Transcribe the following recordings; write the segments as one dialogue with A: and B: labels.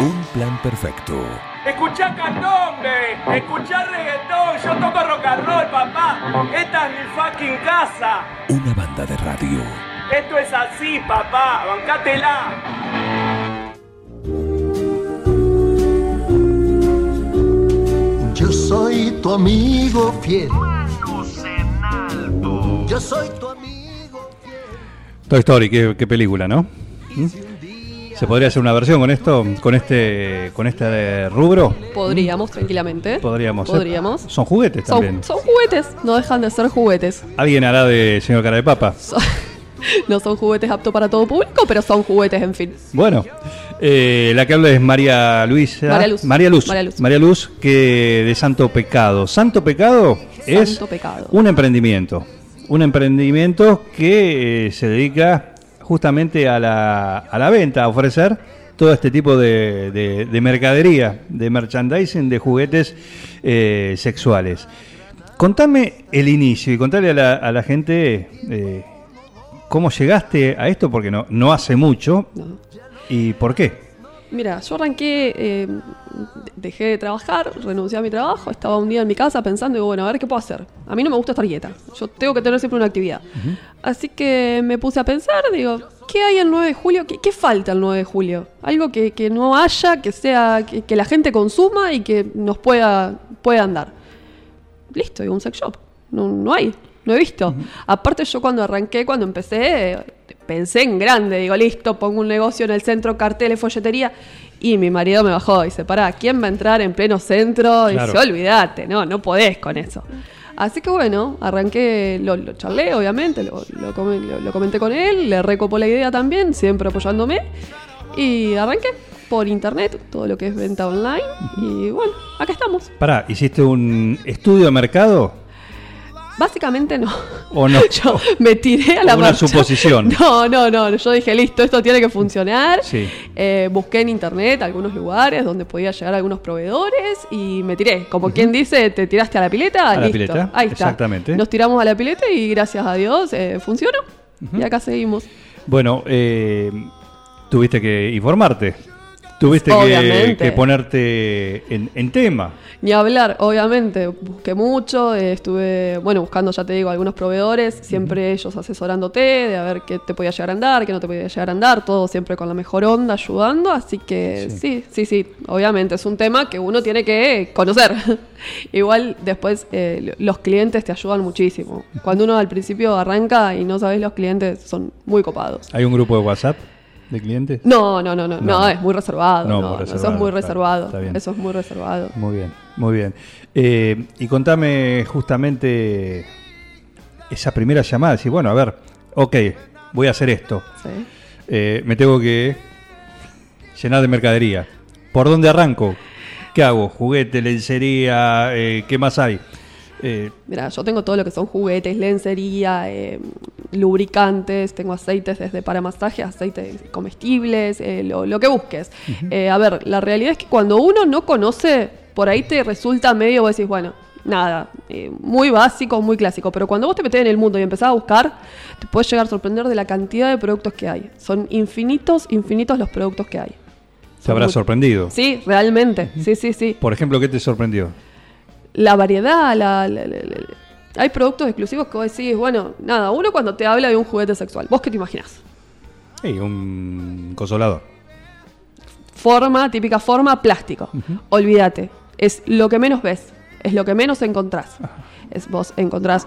A: Un plan perfecto.
B: Escuchá candombe, escuchá reggaetón, yo toco rock and roll, papá. Esta es mi fucking casa.
A: Una banda de radio.
B: Esto es así, papá. Bancátela.
C: Yo soy tu amigo fiel. Yo soy tu amigo fiel.
D: Toy Story, qué, qué película, ¿no?
E: ¿Mm?
C: Y si un día
D: ¿Se podría hacer una versión con esto, con este, con este eh, rubro?
E: Podríamos, tranquilamente.
D: Mm. Podríamos. ¿eh?
E: Podríamos.
D: Son juguetes
E: Son,
D: también.
E: son juguetes, no dejan de ser juguetes.
D: Alguien hará de señor cara de papa.
E: Son- no son juguetes aptos para todo público, pero son juguetes, en fin.
D: Bueno, eh, la que habla es María Luisa.
E: María Luz.
D: María Luz.
E: María Luz.
D: María Luz, que de Santo Pecado. Santo Pecado es
E: Santo Pecado.
D: un emprendimiento. Un emprendimiento que eh, se dedica justamente a la, a la venta, a ofrecer todo este tipo de, de- de mercadería, de merchandising, de juguetes eh, sexuales. Contame el inicio y contale a la, a la gente eh, cómo llegaste a esto, porque no, no hace mucho,
E: No.
D: ¿Y por qué?
E: Mira, yo arranqué, eh, de- dejé de trabajar, renuncié a mi trabajo, estaba un día en mi casa pensando, digo, bueno, a ver qué puedo hacer. A mí no me gusta estar quieta, yo tengo que tener siempre una actividad. Así que me puse a pensar, digo, ¿qué hay el 9 de julio? ¿Qué, qué falta el 9 de julio? Algo que, que no haya, que sea, que, que la gente consuma y que nos pueda, pueda andar. Listo, digo, un sex shop. No, no hay, no he visto. Aparte yo cuando arranqué, cuando empecé, eh, pensé en grande, digo, listo, pongo un negocio en el centro, carteles, folletería. Y mi marido me bajó, dice, pará, ¿quién va a entrar en pleno centro?
D: Claro.
E: Dice, olvídate, no, no podés con eso. Así que bueno, arranqué, lo, lo charlé, obviamente, lo, lo come- lo- lo comenté con él, le recopó la idea también, siempre apoyándome. Y arranqué por internet, todo lo que es venta online. Y bueno, acá estamos.
D: Pará, ¿hiciste un estudio de mercado?
E: Básicamente no.
D: ¿O no?
E: Yo me tiré a la
D: Una
E: marcha.
D: suposición.
E: No, no, no. Yo dije, listo, esto tiene que funcionar.
D: Sí.
E: Eh, busqué en internet algunos lugares donde podía llegar algunos proveedores y me tiré. Como quien dice, te tiraste a la pileta,
D: A la
E: listo.
D: pileta,
E: Ahí está.
D: exactamente.
E: Nos tiramos a la pileta y gracias a Dios eh, funcionó. Y acá seguimos.
D: Bueno, eh, tuviste que informarte. Tuviste que,
E: Obviamente.
D: que ponerte en, en tema.
E: Ni hablar, obviamente, busqué mucho, eh, estuve, bueno, buscando, ya te digo, algunos proveedores, siempre ellos asesorándote de a ver qué te podía llegar a andar, qué no te podía llegar a andar, todo siempre con la mejor onda, ayudando, así que sí, sí, sí, obviamente, es un tema que uno tiene que conocer. Igual después eh, lo- los clientes te ayudan muchísimo. Cuando uno al principio arranca y no sabes, los clientes son muy copados.
D: ¿Hay un grupo de WhatsApp de clientes?
E: No, no, no, no, no,
D: No.
E: es muy reservado.
D: No,
E: No,
D: muy
E: no, eso
D: reservado,
E: es muy
D: está-
E: reservado.
D: está bien.
E: Eso es muy reservado.
D: Muy bien, muy bien. Eh, y contame justamente esa primera llamada. Decir, bueno, a ver, ok, voy a hacer esto.
E: Sí.
D: Eh, me tengo que llenar de mercadería. ¿Por dónde arranco? ¿Qué hago? ¿Juguete, lencería? eh, ¿Qué más hay? Eh,
E: Mira, yo tengo todo lo que son juguetes, lencería, eh, lubricantes, tengo aceites desde para masaje, aceites comestibles, eh, lo, lo que busques. Eh, a ver, la realidad es que cuando uno no conoce, por ahí te resulta medio, vos decís, bueno, nada, eh, muy básico, muy clásico, pero cuando vos te metés en el mundo y empezás a buscar, te puedes llegar a sorprender de la cantidad de productos que hay. Son infinitos, infinitos los productos que hay.
D: te habrá
E: muy-
D: sorprendido.
E: Sí, realmente, sí, sí, sí
D: Por ejemplo, ¿qué te sorprendió?
E: la variedad, la, la- la- la- hay productos exclusivos que vos decís, bueno, nada, uno cuando te habla de un juguete sexual, ¿vos qué te imaginás?
D: Ey, un consolador.
E: Forma, típica forma, plástico. Olvídate, es lo que menos ves, es lo que menos encontrás. Es, vos encontrás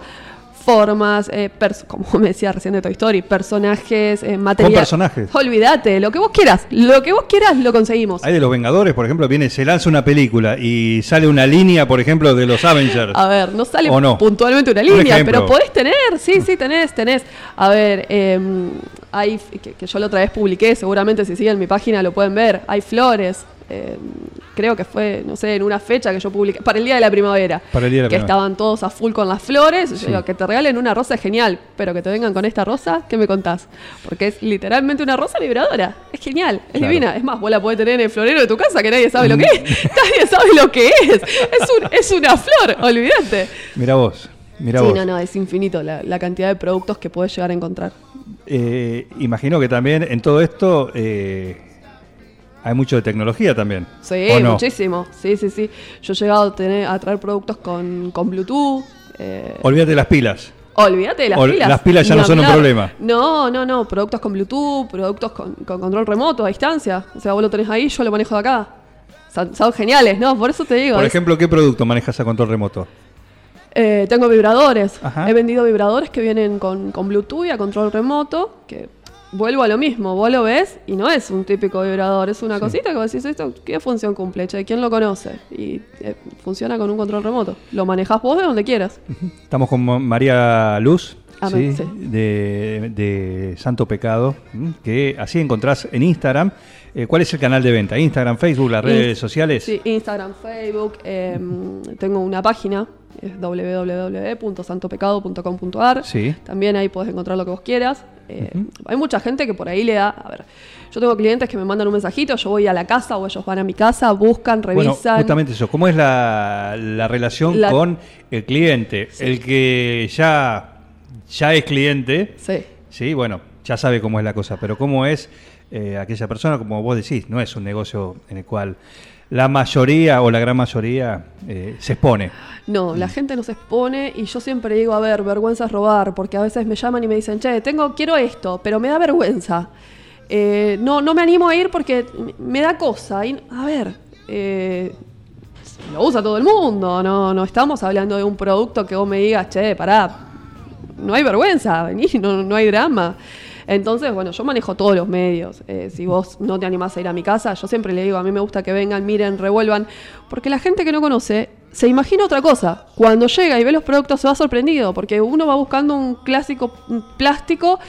E: formas, eh, pers- como me decía recién de Toy Story, personajes, eh, material.
D: personajes.
E: Olvídate, lo que vos quieras, lo que vos quieras lo conseguimos.
D: Hay de los Vengadores, por ejemplo, viene, se lanza una película y sale una línea, por ejemplo, de los Avengers.
E: A ver, no sale
D: ¿O no?
E: puntualmente una
D: Un
E: línea,
D: ejemplo.
E: pero podés tener, sí, sí, tenés, tenés. A ver, em, hay, que, que yo la otra vez publiqué, seguramente si siguen mi página lo pueden ver, hay flores. em, creo que fue, no sé, en una fecha que yo publiqué, para el Día de la Primavera.
D: Para el Día de la
E: que
D: Primavera.
E: estaban todos a full con las flores. Yo
D: Sí.
E: digo, que te regalen una rosa es genial, pero que te vengan con esta rosa, ¿qué me contás? Porque es literalmente una rosa vibradora. Es genial, es
D: Claro. Mm.
E: divina. Es más, vos la podés tener en el florero de tu casa que nadie sabe lo que es. Nadie sabe lo que es. Es, un- es una flor, olvídate.
D: Mira vos, mira
E: sí,
D: vos.
E: no, no, es infinito la, la cantidad de productos que puedes llegar a encontrar.
D: Eh, imagino que también en todo esto eh, Hay mucho de tecnología también.
E: Sí,
D: ¿o no?
E: muchísimo. Sí, sí, sí. Yo he llegado a, tener, a traer productos con, con Bluetooth. eh,
D: Olvídate de las pilas.
E: Olvídate de las
D: Ol-
E: pilas.
D: las pilas ya
E: Ni
D: no son un
E: hablar.
D: problema.
E: No, no, no. Productos con Bluetooth, productos con, con control remoto, a distancia. O sea, vos lo tenés ahí, yo lo manejo de acá. Son, son geniales, ¿no? Por eso te digo.
D: Por
E: es-
D: ejemplo, ¿qué producto manejas a control remoto?
E: eh, tengo vibradores.
D: Ajá.
E: He vendido vibradores que vienen con, con Bluetooth y a control remoto. Que vuelvo a lo mismo. Vos lo ves y no es un típico vibrador. Es una cosita que vos decís, ¿esto qué función cumple? Che, ¿quién lo conoce? Y eh, funciona con un control remoto. Lo manejás vos de donde quieras.
D: Estamos con Ma- María Luz.
E: Amén, sí.
D: De, de Santo Pecado, ¿m? que así encontrás en Instagram. Eh, ¿Cuál es el canal de venta? Instagram, Facebook, las redes
E: Inst-
D: sociales.
E: Sí, Instagram, Facebook. em, tengo una página, es www.santopecado.com.ar.
D: Sí.
E: También ahí podés encontrar lo que vos quieras. Eh, Hay mucha gente que por ahí le da. A ver, yo tengo clientes que me mandan un mensajito, yo voy a la casa o ellos van a mi casa, buscan,
D: Bueno,
E: revisan.
D: justamente eso. ¿Cómo es la, la relación
E: pues La-
D: con el cliente? El que ya, ya es cliente,
E: Sí.
D: sí, bueno, ya sabe cómo es la cosa, pero cómo es eh, aquella persona, como vos decís, no es un negocio en el cual la mayoría o la gran mayoría eh, se expone.
E: No, la gente nos expone y yo siempre digo, a ver, vergüenza es robar, porque a veces me llaman y me dicen, che, tengo, quiero esto, pero me da vergüenza. Eh, no, no me animo a ir porque m- me da cosa. Y, a ver, eh, lo usa todo el mundo, no, no estamos hablando de un producto que vos me digas, che, pará, no hay vergüenza, vení, no, no hay drama. Entonces, bueno, yo manejo todos los medios. Eh, si vos no te animás a ir a mi casa, yo siempre le digo, a mí me gusta que vengan, miren, revuelvan, porque la gente que no conoce se imagina otra cosa. Cuando llega y ve los productos se va sorprendido, porque uno va buscando un clásico un plástico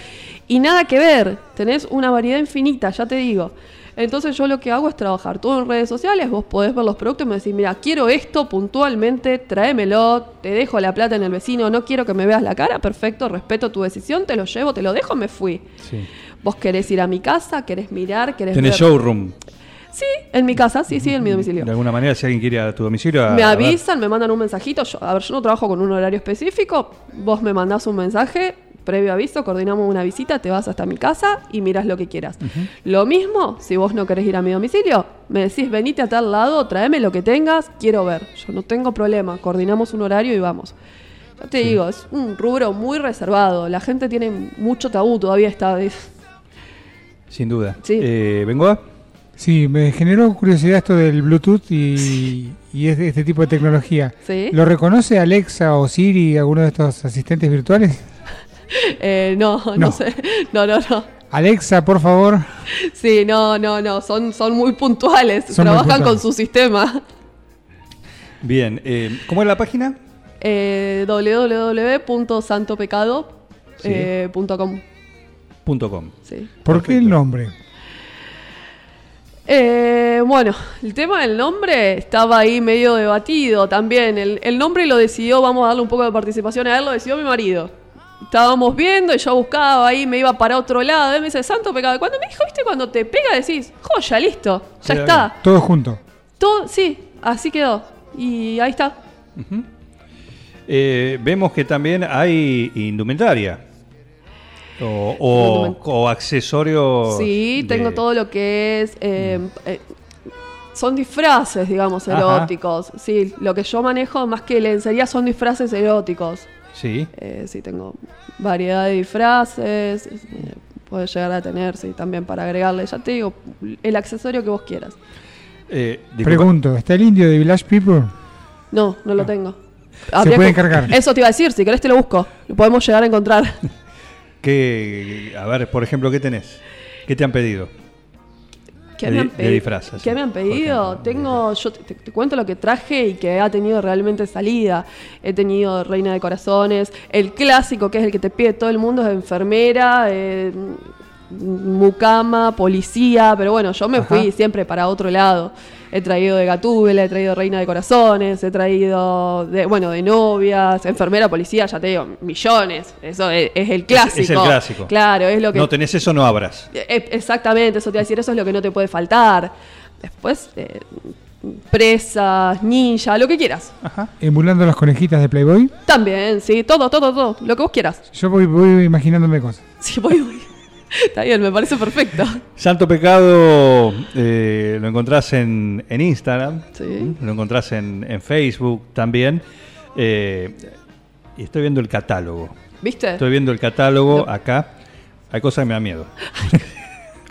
E: y nada que ver. Tenés una variedad infinita, ya te digo. Entonces yo lo que hago es trabajar todo en redes sociales, vos podés ver los productos y me decís, mira, quiero esto puntualmente, tráemelo, te dejo la plata en el vecino, no quiero que me veas la cara, perfecto, respeto tu decisión, te lo llevo, te lo dejo, me fui. Vos querés ir a mi casa, querés mirar, querés
D: Tenés
E: ver-
D: showroom.
E: Sí, en mi casa, sí, sí, en mi domicilio.
D: De alguna manera, si alguien quiere ir a tu domicilio, Ah, a-
E: Me
D: a ver.
E: avisan, me mandan un mensajito. Yo, a ver, yo no trabajo con un horario específico. Vos me mandás un mensaje, previo aviso, coordinamos una visita, te vas hasta mi casa y miras lo que quieras. Lo mismo, si vos no querés ir a mi domicilio, me decís, venite a tal lado, tráeme lo que tengas, quiero ver. Yo no tengo problema, coordinamos un horario y vamos. Ya te digo, es un rubro muy reservado. La gente tiene mucho tabú todavía está de-
D: Sin duda.
E: Sí.
D: Eh, ¿Vengo a?
F: Sí, me generó curiosidad esto del Bluetooth y, y este, este tipo de tecnología.
E: Sí.
F: ¿Lo reconoce Alexa o Siri, alguno de estos asistentes virtuales?
E: Eh, no, no,
F: No.
E: sé. No, no, no.
F: Alexa, por favor.
E: Sí, no, no, no. Son, son muy puntuales.
F: Son muy
E: Trabajan con
F: puntuales.
E: su sistema.
D: Bien. eh, ¿Cómo era la página?
E: eh, www.santopecado.com.
D: Sí. Punto .com.
E: eh, sí.
F: ¿Por qué el nombre?
E: Eh, bueno, el tema del nombre estaba ahí medio debatido también. El, el nombre lo decidió, vamos a darle un poco de participación a él, lo decidió mi marido. Estábamos viendo y yo buscaba ahí, me iba para otro lado. Él me dice, santo pecado. Cuando me dijo, viste, cuando te pega decís, joya, listo, ya
D: Sí,
E: está.
F: Todo junto.
E: Todo, sí, así quedó. Y ahí está.
D: Eh, vemos que también hay indumentaria. O, o-
E: Indument-
D: o accesorios.
E: Sí,
D: de-
E: tengo todo lo que es. eh, eh, son disfraces, digamos,
D: Ajá.
E: eróticos. Sí, lo que yo manejo más que lencería son disfraces eróticos.
D: Sí.
E: Eh, sí, tengo variedad de disfraces. eh, puedo llegar a tener, sí, también para agregarle, ya te digo, el accesorio que vos quieras.
D: Eh, disculpa.
F: Pregunto, ¿está el indio de Village People?
E: No, no lo tengo.
F: puede
E: que-
F: encargar.
E: Eso te iba a decir, si querés te lo busco. Lo podemos llegar a encontrar.
D: ¿Qué- a ver, por ejemplo, ¿qué tenés? ¿Qué te han pedido?
E: ¿Qué
D: De
E: me
D: di-
E: han
D: de
E: pedido?
D: disfraces,
E: ¿Qué
D: sí,
E: me han
D: por
E: pedido?
D: ejemplo.
E: Tengo, yo te, te cuento lo que traje y que ha tenido realmente salida. He tenido Reina de Corazones, el clásico que es el que te pide todo el mundo, es enfermera, eh, mucama, policía, pero bueno, yo me fui siempre para otro lado. He traído de Gatúbela, he traído Reina de Corazones, he traído, de, bueno, de novias, enfermera, policía, ya te digo, millones. Eso es, es el
D: Es-
E: clásico.
D: es el clásico.
E: Claro, es lo que
D: No tenés eso, no abras.
E: eh, Exactamente, eso te iba a decir, eso es lo que no te puede faltar. Después, eh, presas, ninja, lo que quieras.
F: Emulando las conejitas de Playboy.
E: También, sí, todo, todo, todo, lo que vos quieras.
F: Yo voy, voy imaginándome cosas.
E: Sí, voy, voy. Está bien, me parece perfecto.
D: Santo Pecado eh, lo encontrás en, en Instagram,
E: Sí.
D: lo encontrás en, en Facebook también. eh, y estoy viendo el catálogo.
E: ¿Viste?
D: Estoy viendo el catálogo acá. Hay cosas que me da miedo.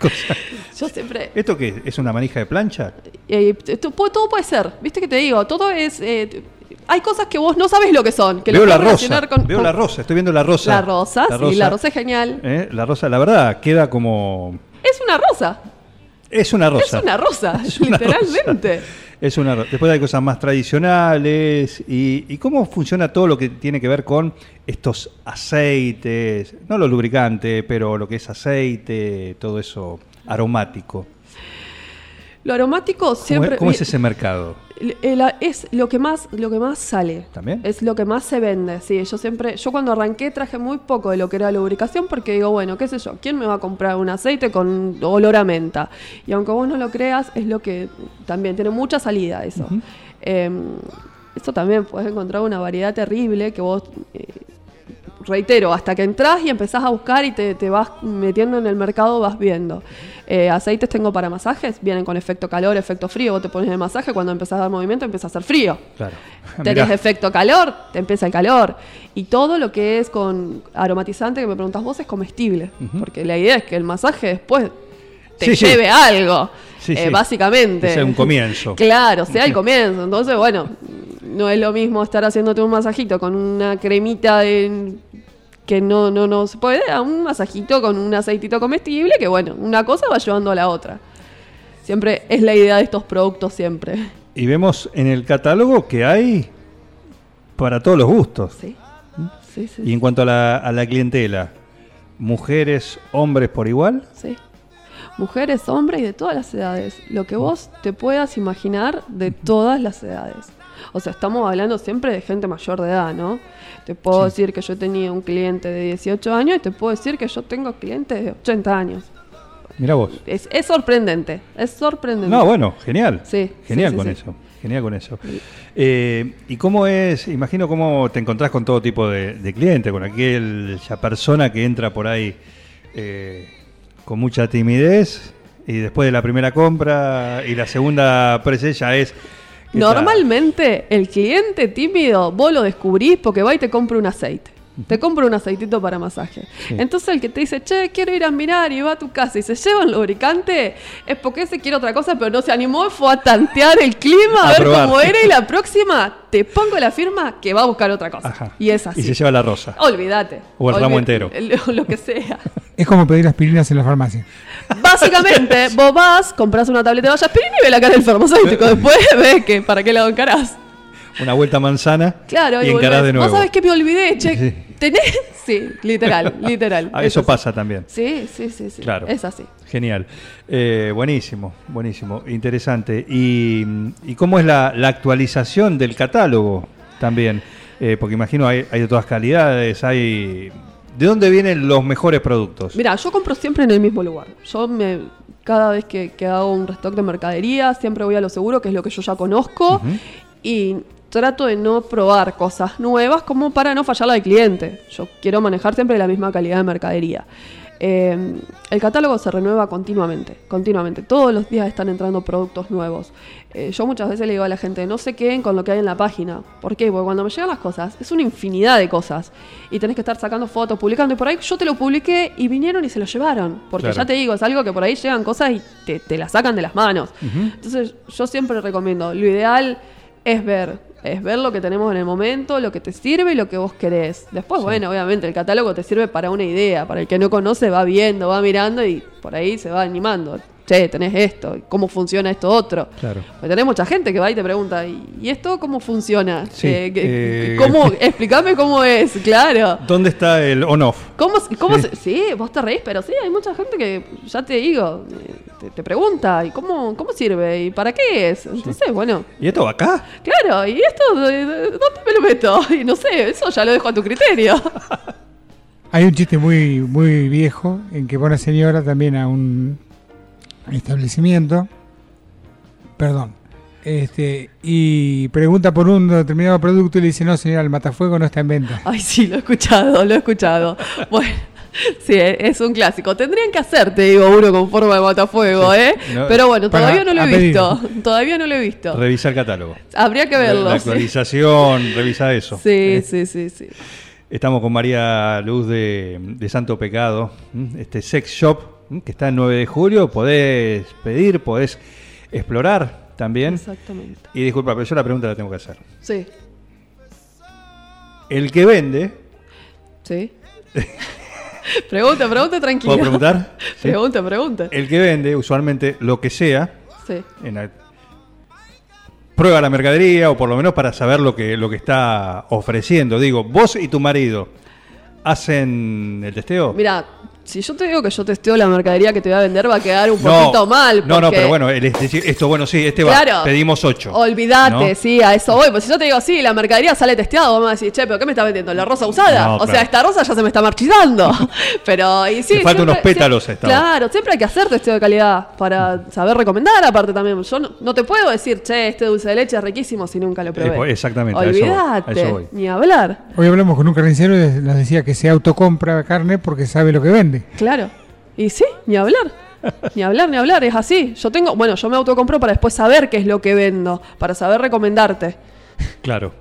D: Cosa-
E: Yo siempre.
D: ¿Esto qué? es? ¿Es una manija de plancha?
E: eh, esto pu- todo puede ser, viste que te digo, todo es. eh, t- hay cosas que vos no sabes lo que son. Que lo
D: Veo la
E: puedes
D: rosa.
E: relacionar con-
D: Veo
E: con-
D: la rosa. Estoy viendo la rosa.
E: La rosa, sí, la rosa es genial.
D: Eh, La rosa, la verdad, queda como...
E: Es una rosa.
D: Es una rosa.
E: Es una rosa,
D: Es una
E: literalmente.
D: rosa. Es una rosa. Después hay cosas más tradicionales. Y, y cómo funciona todo lo que tiene que ver con estos aceites? No los lubricantes, pero lo que es aceite, todo eso aromático.
E: Lo aromático
D: ¿Cómo,
E: siempre.
D: es, cómo es ese mercado?
E: El- el- es lo que más, lo que más sale.
D: ¿También?
E: Es lo que más se vende. Sí, yo siempre, yo cuando arranqué traje muy poco de lo que era lubricación porque digo, bueno, qué sé yo, ¿quién me va a comprar un aceite con olor a menta? Y aunque vos no lo creas, es lo que también tiene mucha salida eso. Em, esto también puedes encontrar una variedad terrible que vos eh, reitero, hasta que entras y empezás a buscar y te, te vas metiendo en el mercado, vas viendo. Eh, aceites tengo para masajes, vienen con efecto calor, efecto frío. Vos te pones el masaje, cuando empezás a dar movimiento empieza a hacer frío.
D: Claro.
E: Tenés
D: Mirá.
E: efecto calor, te empieza el calor. Y todo lo que es con aromatizante que me preguntás vos es comestible. Porque la idea es que el masaje después te
D: Sí, sí.
E: lleve a algo.
D: Sí,
E: eh,
D: sí.
E: Básicamente.
D: Que sea un comienzo.
E: claro, sea el comienzo. Entonces, bueno, no es lo mismo estar haciéndote un masajito con una cremita de- que no, no, no se puede, a un masajito con un aceitito comestible, que bueno, una cosa va llevando a la otra. Siempre es la idea de estos productos, siempre.
D: Y vemos en el catálogo que hay para todos los gustos.
E: Sí. Sí, sí.
D: Y en cuanto a la, a la clientela, mujeres, hombres por igual.
E: Sí. Mujeres, hombres y de todas las edades. Lo que vos te puedas imaginar de todas las edades. O sea, estamos hablando siempre de gente mayor de edad, ¿no? Te puedo decir que yo tenía un cliente de 18 años y te puedo decir que yo tengo clientes de 80 años.
D: Mira vos.
E: Es, es sorprendente, es sorprendente.
D: No, bueno, genial.
E: Sí,
D: Genial
E: sí, sí,
D: con
E: sí.
D: eso. Genial con eso. Eh, ¿Y cómo es? Imagino cómo te encontrás con todo tipo de, de cliente, con aquel aquella persona que entra por ahí eh, con mucha timidez y después de la primera compra y la segunda presella es. esa-
E: Normalmente el cliente tímido vos lo descubrís porque va y te compra un aceite. Te compra un aceitito para masaje.
D: Sí.
E: Entonces el que te dice, che, quiero ir a mirar y va a tu casa y se lleva un lubricante, es porque ese quiere otra cosa, pero no se animó, fue a tantear el clima, a,
D: A
E: ver
D: probar.
E: cómo era y la próxima te pongo la firma que va a buscar otra cosa.
D: Ajá.
E: Y es así. Oh.
D: Y se lleva la rosa.
E: Olvídate.
D: O el ramo
E: Olvi-
D: entero.
E: Lo, lo que sea.
F: Es como pedir aspirinas en la farmacia.
E: Básicamente, vos vas, compras una tableta de aspirina y ve la cara del farmacéutico. Después ves que para qué la encarás.
D: Una vuelta manzana
E: Claro,
D: y encarás
E: volvés.
D: de nuevo.
E: Vos sabés que me olvidé, che.
D: Sí.
E: ¿Tenés? Sí, literal, literal.
D: Ah, eso
E: Es así.
D: pasa también.
E: Sí, sí, sí, sí.
D: Claro.
E: Es así.
D: Genial. Eh, buenísimo, buenísimo, interesante. ¿Y, y cómo es la, la actualización del catálogo también? Eh, porque imagino hay, hay de todas calidades, hay... ¿De dónde vienen los mejores productos?
E: Mira, yo compro siempre en el mismo lugar. Yo me cada vez que, que hago un restock de mercadería, siempre voy a lo seguro, que es lo que yo ya conozco, y trato de no probar cosas nuevas como para no fallarle al cliente. Yo quiero manejar siempre la misma calidad de mercadería. Eh, el catálogo se renueva continuamente, continuamente. Todos los días están entrando productos nuevos. Eh, yo muchas veces le digo a la gente, no se queden con lo que hay en la página. ¿Por qué? Porque cuando me llegan las cosas, es una infinidad de cosas. Y tenés que estar sacando fotos, publicando. Y por ahí yo te lo publiqué y vinieron y se lo llevaron. Porque
D: Claro.
E: ya te digo, es algo que por ahí llegan cosas y te, te las sacan de las manos. Entonces yo siempre recomiendo, lo ideal es ver. Es ver lo que tenemos en el momento, lo que te sirve y lo que vos querés. Después, bueno, obviamente el catálogo te sirve para una idea. Para el que no conoce, va viendo, va mirando y por ahí se va animando. Che, tenés esto, ¿cómo funciona esto otro?
D: Claro.
E: Porque tenés mucha gente que va y te pregunta, ¿y y esto cómo funciona?
D: Sí,
E: Eh, que-
D: eh,
E: ¿cómo, explícame cómo es, claro.
D: ¿Dónde está el on-off?
E: ¿Cómo, se- cómo se- sí. vos te reís, pero sí, hay mucha gente que, ya te digo, eh, te, te pregunta, ¿y cómo, cómo sirve? ¿Y para qué es? Entonces, bueno,
D: ¿Y esto va acá?
E: claro, ¿y esto de- de- dónde me lo meto? Y no sé, eso ya lo dejo a tu criterio.
F: Hay un chiste muy, muy viejo en que va una señora también a un establecimiento, perdón, este, y pregunta por un determinado producto y le dice, no señora, el matafuego no está en venta.
E: Ay, sí, lo he escuchado, lo he escuchado. Bueno, Sí, eh, es un clásico. Tendrían que hacer, te digo, uno con forma de matafuego, ¿eh?
D: No,
E: Pero bueno,
F: para-
E: todavía no lo
F: a
E: he
F: pedir.
E: visto. Todavía no lo he visto.
D: Revisar catálogo.
E: Habría que verlo.
D: La Eh.
E: sí.
D: actualización, revisa eso.
E: Sí, sí, sí, sí.
D: Estamos con María Luz de, de Santo Pecado, ¿m? este sex shop ¿m? que está en 9 de julio. Podés pedir, podés explorar también.
E: Exactamente.
D: Y disculpa, pero yo la pregunta la tengo que hacer.
E: Sí,
D: El que vende,
E: sí. pregunta, pregunta tranquila.
D: ¿puedo preguntar? ¿Sí?
E: Pregunta, pregunta.
D: El que vende, usualmente lo que sea,
E: Sí.
D: en la- prueba la mercadería o por lo menos para saber lo que, lo que está ofreciendo. Digo, vos y tu marido hacen el testeo.
E: Mira, si yo te digo que yo testeo la mercadería que te voy a vender, va a quedar un poquito mal.
D: No, no,
E: porque-
D: pero bueno, el- es decir, esto bueno, sí, este va.
E: Claro.
D: Pedimos 8.
E: Olvídate, sí, a eso voy. Pues si yo te digo, sí, la mercadería sale testeado, vamos a decir, che, pero ¿qué me está vendiendo? ¿La rosa usada?
D: No,
E: o
D: claro.
E: sea, esta rosa ya se me está marchitando. pero, y sí.
D: Te faltan unos pétalos a esta hora.
E: Claro, siempre hay que hacer testeo de calidad para saber recomendar, aparte también. Yo no, no te puedo decir, che, este dulce de leche es riquísimo si nunca lo
D: Eh, pues,
E: probé.
D: exactamente, a eso voy, a
E: Olvídate,
D: eso voy.
E: ni hablar.
F: Hoy hablamos con un carnicero y nos decía que se autocompra carne porque sabe lo que vende.
E: Claro. Y sí, ni hablar. Ni hablar, ni hablar, es así. Yo tengo, bueno, yo me autocompro para después saber qué es lo que vendo, para saber recomendarte.
D: Claro.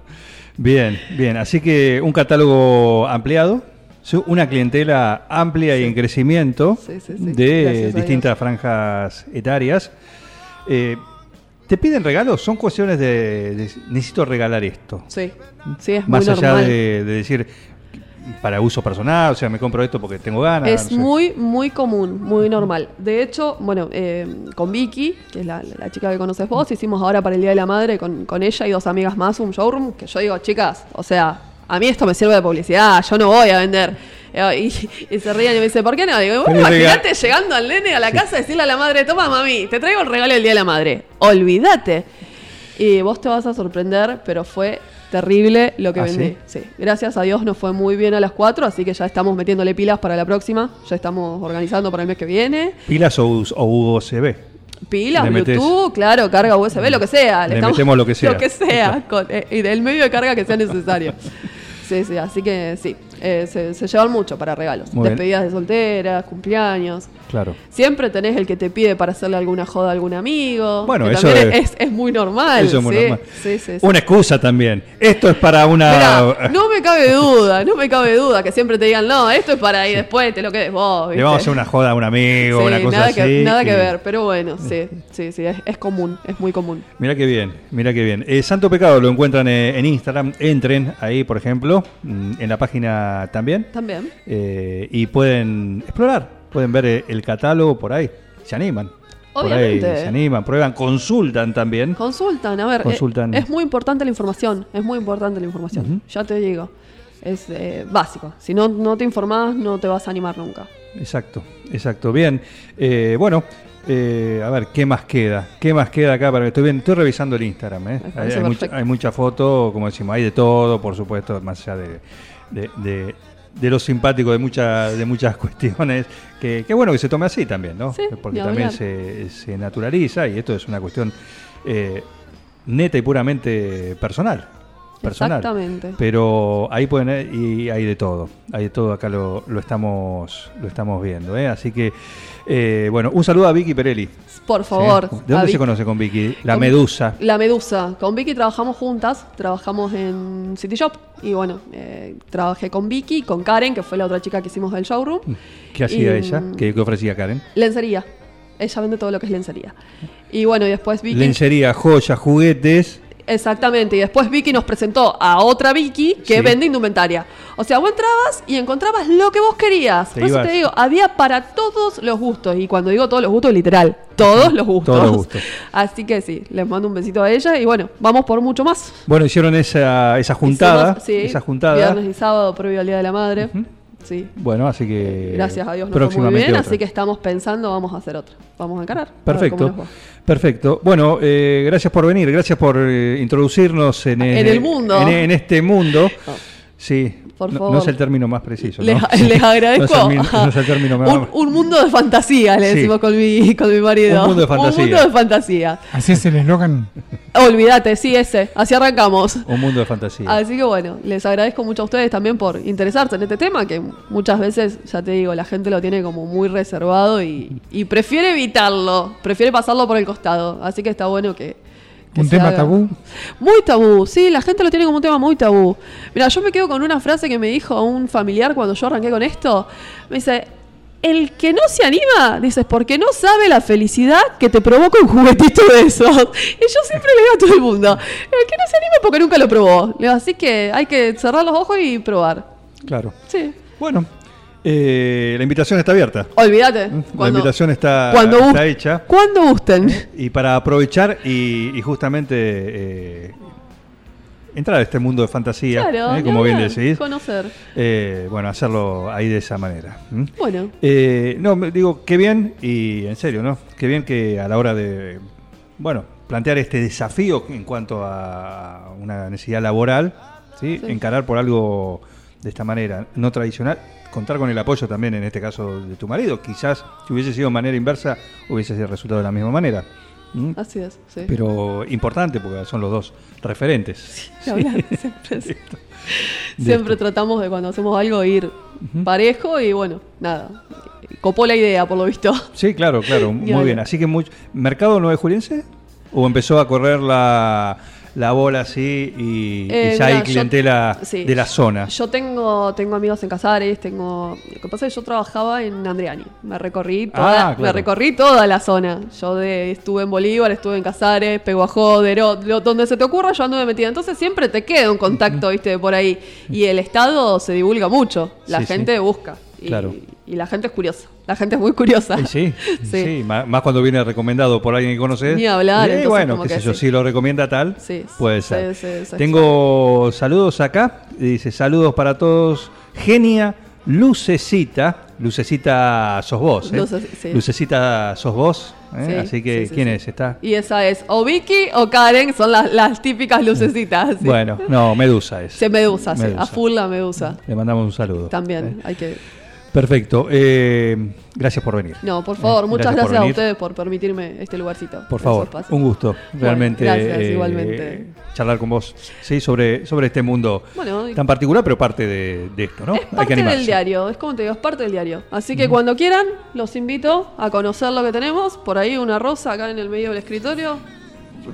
D: Bien, bien. Así que un catálogo ampliado, su- una clientela amplia y en crecimiento
E: Sí, sí, sí. Gracias a
D: de
E: Dios.
D: distintas franjas etarias. Eh, ¿Te piden regalos? Son cuestiones de, de- necesito regalar esto.
E: Sí, sí, es
D: Más
E: muy
D: allá
E: normal.
D: de, de decir para uso personal, o sea, me compro esto porque tengo ganas.
E: Es
D: no sé.
E: muy, muy común, muy normal. De hecho, bueno, eh, con Vicky, que es la, la chica que conoces vos, hicimos ahora para el Día de la Madre con, con ella y dos amigas más un showroom que yo digo, chicas, o sea, a mí esto me sirve de publicidad, yo no voy a vender. Eh, Y, y se ríen y me dicen, ¿por qué no? Digo, bueno,
D: Pero llega-
E: imagínate llegando al nene a la casa y decirle a la madre, toma mami, te traigo el regalo del Día de la Madre. Olvídate. Y vos te vas a sorprender, pero fue terrible lo que
D: ¿Ah,
E: vendí.
D: sí?
E: Sí, gracias a Dios nos fue muy bien a las 4, así que ya estamos metiéndole pilas para la próxima, ya estamos organizando para el mes que viene.
D: Pilas o, us- o USB.
E: Pilas,
D: Le metes-
E: Bluetooth, claro, carga USB, lo que sea.
D: Le metemos lo que sea.
E: Lo que sea, con- eh, y del medio de carga que sea necesario. sí, sí, así que sí, eh, se, se llevan mucho para regalos.
D: Muy bien.
E: Despedidas de solteras, cumpleaños.
D: Claro.
E: Siempre tenés el que te pide para hacerle alguna joda a algún amigo.
D: Bueno,
E: que
D: eso
E: también
D: es-
E: es, es muy normal.
D: Eso es muy
E: sí,
D: normal.
E: sí, sí, sí.
D: Una excusa también. Esto es para una.
E: Mirá, no me cabe duda, no me cabe duda que siempre te digan, no, esto es para ahí, después te lo quedes vos.
D: Le
E: ¿viste?
D: vamos a hacer una joda a un amigo,
E: Sí,
D: una cosa
E: nada
D: así.
E: Que, nada que
D: y-
E: ver, pero bueno, sí, sí, sí, es, es común, es muy común.
D: Mirá qué bien, mirá qué bien. Eh, Santo Pecado lo encuentran eh, en Instagram. Entren ahí, por ejemplo, mm, en la página también.
E: También.
D: Eh, y pueden explorar, pueden ver eh, el catálogo por ahí. Se animan. Por
E: Obviamente.
D: ahí se animan, prueban, consultan también.
E: Consultan, a ver, eh,
D: Consultan.
E: es muy importante la información, es muy importante la información, ya te digo. Es eh, básico, si no, no te informás no te vas a animar nunca.
D: Exacto, exacto. Bien, Eh, bueno, eh, a ver, ¿qué más queda? ¿Qué más queda acá? Para que estoy bien, estoy revisando el Instagram. ¿eh?
E: Me
D: Hay,
E: parece
D: hay mucha,
E: perfecto.
D: hay mucha foto, como decimos, hay de todo, por supuesto, más allá de, de- de- de lo simpático de, muchas de muchas cuestiones. Que, que bueno que se tome así también, ¿no?
E: Sí,
D: Porque
E: ni
D: también
E: hablar.
D: se, se naturaliza y esto es una cuestión eh, neta y puramente personal. Personal.
E: Exactamente.
D: Pero ahí pueden eh, y hay de todo, hay de todo acá lo, lo estamos lo estamos viendo, ¿eh? así que eh, bueno, un saludo a Vicky Perelli. ¿sí?
E: Por favor.
D: ¿De dónde
E: Avi-
D: se conoce con Vicky? La
E: Con-
D: Medusa.
E: La Medusa. Con Vicky trabajamos juntas, trabajamos en City Shop y bueno, eh, trabajé con Vicky, con Karen, que fue la otra chica que hicimos del showroom.
D: Mm. ¿Qué hacía
E: Y, mm,
D: ella? ¿Qué, qué ofrecía Karen?
E: Lencería. Ella vende todo lo que es lencería. Y bueno, y después Vicky...
D: Lencería, joyas, juguetes.
E: Exactamente, y después Vicky nos presentó a otra Vicky que
D: Sí.
E: vende indumentaria. O sea, vos entrabas y encontrabas lo que vos querías.
D: Te
E: Por eso
D: ibas.
E: te digo, había para todos los gustos. Y cuando digo todos los gustos, literal, todos los gustos.
D: Todos los gustos.
E: Así que sí, les mando un besito a ella y bueno, vamos por mucho más.
D: Bueno, hicieron esa, esa juntada.
E: Hicimos, sí,
D: esa juntada.
E: Viernes y sábado, previo al Día de la Madre. Sí.
D: Bueno, así que.
E: Gracias a Dios nos fue muy
D: Eh, próximamente
E: bien,
D: otra.
E: así que estamos pensando, vamos a hacer otra. Vamos a encarar. a ver cómo
D: Perfecto,
E: nos va.
D: perfecto. Bueno, eh, gracias por venir, gracias por eh, introducirnos en,
E: En el Ah, mundo. Oh.
D: en, en este mundo. Sí,
E: Por
D: no,
E: favor.
D: no es el término más preciso. ¿no?
E: Les, les agradezco.
D: No es el, mi- no es el término más
E: un, un mundo de fantasía, le
D: Sí.
E: decimos con mi, con mi marido.
D: Un mundo de fantasía.
E: Un mundo de fantasía.
F: Así es el eslogan.
E: Olvídate, sí, ese. Así arrancamos.
D: un mundo de fantasía.
E: Así que bueno, les agradezco mucho a ustedes también por interesarse en este tema, que muchas veces, ya te digo, la gente lo tiene como muy reservado y, y prefiere evitarlo, prefiere pasarlo por el costado. Así que está bueno que... que
F: Un
E: se
F: tema
E: haga.
F: tabú.
E: Muy tabú, sí, la gente lo tiene como un tema muy tabú. Mira, yo me quedo con una frase que me dijo un familiar cuando yo arranqué con esto. Me dice, el que no se anima, dices, porque no sabe la felicidad que te provoca un juguetito de esos. Y yo siempre le digo a todo el mundo, el que no se anima es porque nunca lo probó. Le digo, así que hay que cerrar los ojos y probar.
D: Claro.
E: Sí.
D: Bueno, eh, la invitación está abierta.
E: Olvídate.
D: la invitación está,
E: cuando
D: está
E: gust-
D: hecha.
E: Cuando gusten.
D: Y para aprovechar y, y justamente eh, entrar a este mundo de fantasía,
E: Claro.
D: ¿eh? como bien
E: nada,
D: decís,
E: Conocer.
D: eh, bueno, hacerlo ahí de esa manera. ¿m?
E: Bueno.
D: Eh, no, me- digo, qué bien, y en serio, ¿no? Qué bien que a la hora de, bueno, plantear este desafío en cuanto a una necesidad laboral, ¿sí?
E: Sí.
D: Encarar por algo de esta manera, no tradicional, contar con el apoyo también, en este caso, de tu marido. Quizás si hubiese sido de manera inversa, hubiese resultado de la misma manera. ¿m?
E: Así es. Sí.
D: Pero importante, porque son los dos referentes.
E: Ni hablar, siempre, sí.
D: De
E: Siempre
D: esto.
E: tratamos de cuando hacemos algo ir parejo y bueno, nada. Copó la idea, por lo visto.
D: Sí, claro, claro,
E: Y
D: muy
E: ahora-
D: bien. Así que mucho. ¿Mercado no es juliense? ¿O empezó a correr la, la bola así y, y
E: Eh,
D: ya
E: mirá,
D: hay
E: yo-
D: clientela
E: sí.
D: de la zona?
E: Yo tengo, tengo amigos en Casares, tengo. Lo que pasa es que yo trabajaba en Andriani. Me recorrí toda,
D: Ah, claro.
E: me recorrí toda la zona. Yo de- estuve en Bolívar, estuve en Casares, Peguajó, Derot, lo- donde se te ocurra, yo anduve metida. Entonces siempre te queda un contacto, viste, por ahí. Y el estado se divulga mucho. La
D: Sí, sí.
E: gente busca. Y,
D: Claro.
E: y la gente es curiosa. La gente es muy curiosa.
D: Y sí, sí, ¿eh? ma- más cuando viene recomendado por alguien que conoces.
E: Ni hablar,
D: Eh,
E: entonces
D: bueno,
E: como
D: qué
E: que
D: sé yo,
E: sí.
D: si lo recomienda tal,
E: Sí,
D: puede
E: sí,
D: ser.
E: sí, sí, sí.
D: Tengo saludos acá, dice saludos para todos. Genia, Lucecita, Lucecita sos vos, ¿eh?
E: Luce- sí.
D: Lucecita sos vos, ¿eh?
E: Sí,
D: así que
E: sí, sí,
D: ¿quién
E: sí.
D: es? ¿Está?
E: Y esa es o Vicky o Karen, son las, las típicas lucecitas. sí.
D: Bueno, no, Medusa es.
E: Se medusa, sí,
D: Medusa.
E: a full la medusa.
D: Le mandamos un saludo.
E: También
D: Eh,
E: hay que.
D: Perfecto. eh, gracias por venir.
E: No, por favor,
D: Eh,
E: muchas
D: gracias por
E: gracias, a
D: venir.
E: ustedes por permitirme este lugarcito.
D: Por
E: este
D: favor,
E: espacio.
D: un gusto
E: Bueno,
D: realmente
E: gracias,
D: eh,
E: igualmente.
D: charlar con vos sí, sobre, sobre este mundo
E: Bueno, y-
D: tan particular, pero parte de, de esto, ¿no?
E: Es parte del diario, es como te digo, es parte del diario. Así que cuando quieran, los invito a conocer lo que tenemos. Por ahí una rosa acá en el medio del escritorio.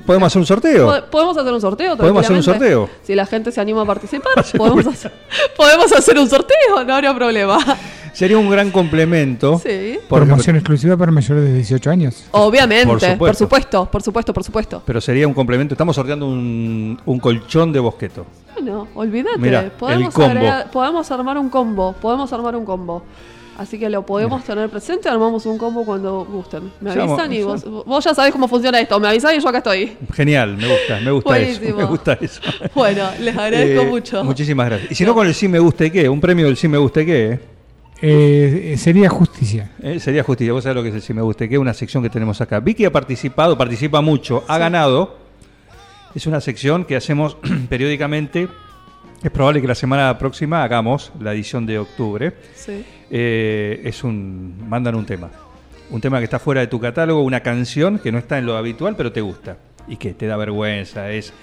D: ¿Podemos hacer un
E: Po-
D: sorteo?
E: Podemos hacer un sorteo.
D: Podemos hacer un
E: tranquilamente.
D: sorteo.
E: Si la gente se anima a participar, podemos hacer, podemos hacer un sorteo, no habría problema.
D: Sería un gran complemento.
E: Sí.
D: porque-
F: Promoción exclusiva para mayores de 18 años.
E: Obviamente,
D: Por
E: por
D: supuesto.
E: supuesto. por supuesto, por supuesto,
D: pero sería un complemento. Estamos sorteando un, un colchón de bosqueto.
E: Bueno, olvídate,
D: Mirá, el
E: podemos,
D: combo.
E: agregar- podemos armar un combo, podemos armar un combo. Así que lo podemos tener presente, armamos un combo cuando gusten. Me
D: Ya,
E: avisan y
D: vamos,
E: vos, vos ya sabés cómo funciona esto, me avisás y yo acá estoy.
D: Genial, me gusta, me gusta eso.
E: Buenísimo.
D: Me gusta eso.
E: Bueno, les agradezco
D: Eh,
E: mucho.
D: Muchísimas gracias. Y si no, con el sí me guste qué, un premio del sí me guste qué, ¿eh?
F: Eh, eh, sería justicia.
D: Eh, sería justicia, vos sabés lo que es el Si Me Guste, que es una sección que tenemos acá. Vicky ha participado, participa mucho, ha ganado. Es una sección que hacemos periódicamente. Es probable que la semana próxima hagamos la edición de octubre.
E: Sí.
D: Eh, es un. mandan un tema. Un tema que está fuera de tu catálogo, una canción que no está en lo habitual, pero te gusta. Y que te da vergüenza, es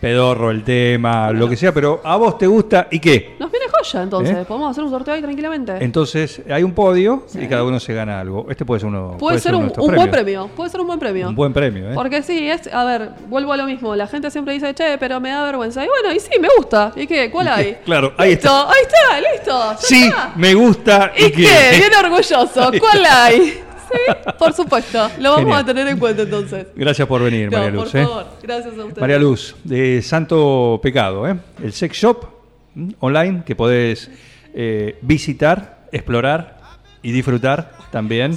D: pedorro el tema, lo que sea, pero a vos te gusta y qué.
E: Nos viene joya entonces,
D: ¿Eh?
E: podemos hacer un sorteo ahí tranquilamente.
D: Entonces, hay un podio y cada uno se gana algo. Este puede ser uno.
E: puede, ser
D: uno
E: un,
D: de estos
E: un buen
D: premios.
E: premio, puede ser un buen premio.
D: Un buen premio, ¿eh?
E: Porque sí, es, a ver, vuelvo a lo mismo. La gente siempre dice, che, pero me da vergüenza. Y bueno, y sí, me gusta. ¿Y qué? ¿Cuál hay?
D: Claro, ahí
E: Listo,
D: está.
E: Ahí está, listo. ya
D: Sí,
E: está.
D: me gusta.
E: ¿Y qué?
D: que-
E: Bien orgulloso. ¿Cuál hay? Sí, por supuesto. Lo vamos
D: Genial.
E: a tener en cuenta entonces.
D: Gracias por venir,
E: No,
D: María
E: por
D: Luz. ¿eh?
E: favor. Gracias a ustedes.
D: María Luz, de Santo Pecado, ¿eh? el sex shop ¿m? online que podés eh, visitar, explorar y disfrutar también.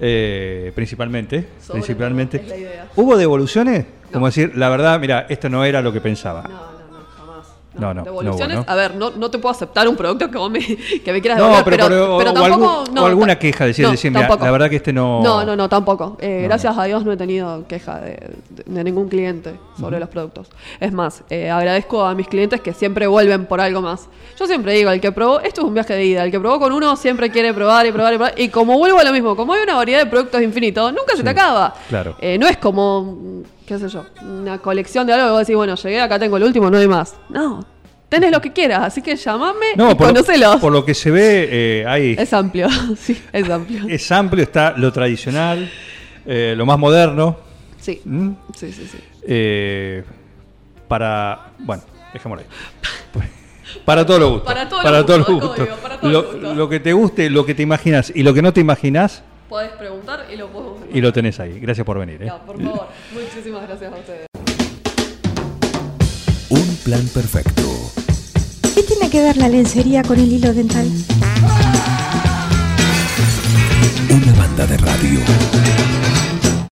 D: Eh, principalmente.
E: Sobre
D: principalmente.
E: todo, es la idea.
D: ¿Hubo devoluciones? Como decir, la verdad, mira, esto no era lo que pensaba.
E: No, no, no, jamás.
D: No, no,
E: Devoluciones.
D: no, bueno.
E: A ver, no, no te puedo aceptar un producto que vos me, que me quieras
D: No,
E: devolver,
D: pero-
E: pero,
D: pero-
E: pero
D: o
E: tampoco.
D: algún-
E: no,
D: o alguna
E: ta-
D: queja, decir, decir, mira, la verdad que este no-
E: No, no, no, tampoco. Eh,
D: No,
E: gracias a Dios no he tenido queja de, de- de ningún cliente sobre los productos. Es más, eh, agradezco a mis clientes que siempre vuelven por algo más. Yo siempre digo, el que probó, esto es un viaje de ida, el que probó con uno siempre quiere probar y probar y probar. Y como vuelvo a lo mismo, como hay una variedad de productos infinitos, nunca se
D: Sí,
E: te acaba.
D: claro.
E: Eh, no es como, mm, qué sé yo, una colección de algo que vos decís, bueno, llegué, acá tengo el último, no hay más. No, tenés lo que quieras, así que llamame y
D: No, por,
E: conocelos.
D: lo, por lo que se ve, eh, hay, es,
E: Es amplio, sí, es amplio.
D: Eh, amplio, está lo tradicional, eh, lo más moderno.
E: Sí,
D: ¿m?
E: sí, sí, sí.
D: Eh, para. Bueno, dejémoslo ahí. Para todos los gustos.
E: Para todos los
D: todos
E: gustos,
D: los gustos.
E: código, para todos los
D: Lo,
E: gustos.
D: lo que te guste, lo que te imaginas y lo que no te imaginas,
E: Podés preguntar y lo podemos
D: y lo tenés ahí. Gracias por venir. ¿eh?
E: No, por favor, muchísimas gracias a ustedes.
A: Un plan perfecto.
G: ¿Qué tiene que ver la lencería con el hilo dental?
A: Una banda de radio.